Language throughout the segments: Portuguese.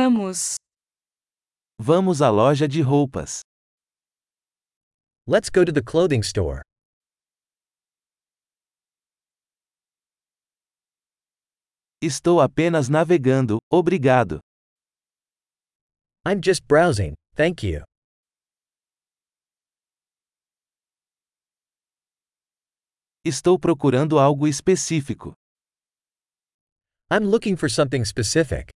Vamos. Vamos à loja de roupas. Let's go to the clothing store. Estou apenas navegando, obrigado. I'm just browsing, thank you. Estou procurando algo específico. I'm looking for something specific.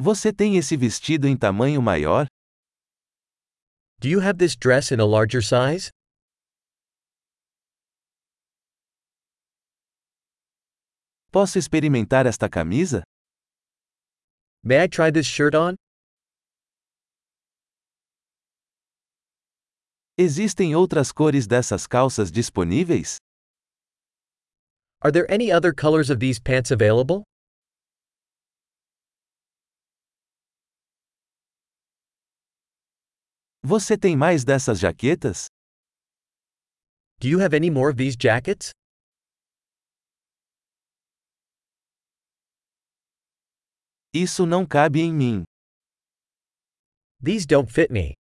Você tem esse vestido em tamanho maior? Do you have this dress in a larger size? Posso experimentar esta camisa? May I try this shirt on? Existem outras cores dessas calças disponíveis? Are there any other colors of these pants available? Você tem mais dessas jaquetas? Do you have any more of these jackets? Isso não cabe em mim. These don't fit me.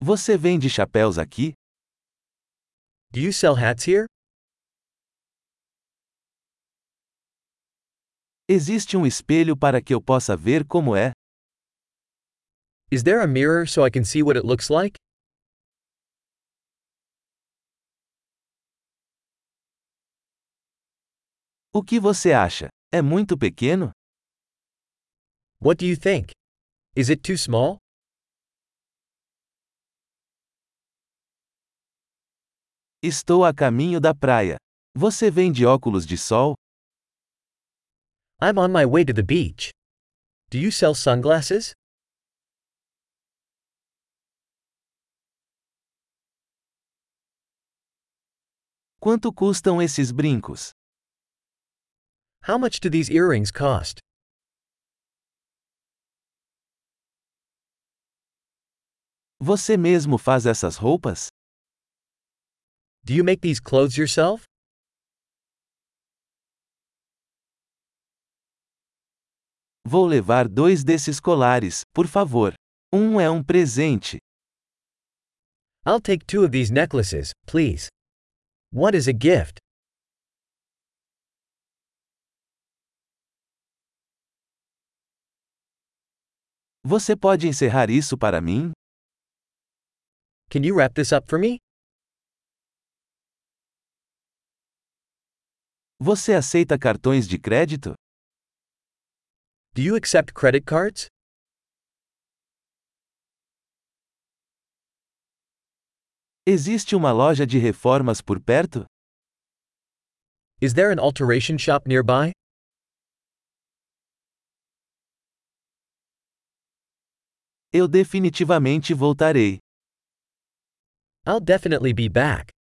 Você vende chapéus aqui? Do you sell hats here? Existe um espelho para que eu possa ver como é? Is there a mirror so I can see what it looks like? O que você acha? É muito pequeno? What do you think? Is it too small? Estou a caminho da praia. Você vende óculos de sol? I'm on my way to the beach. Do you sell sunglasses? Quanto custam esses brincos? How much do these earrings cost? Você mesmo faz essas roupas? Do you make these clothes yourself? Vou levar dois desses colares, por favor. Um é um presente. I'll take two of these necklaces, please. What is a gift? Você pode encerrar isso para mim? Can you wrap this up for me? Você aceita cartões de crédito? Do you accept credit cards? Existe uma loja de reformas por perto? Is there an alteration shop nearby? Eu definitivamente voltarei. I'll definitely be back.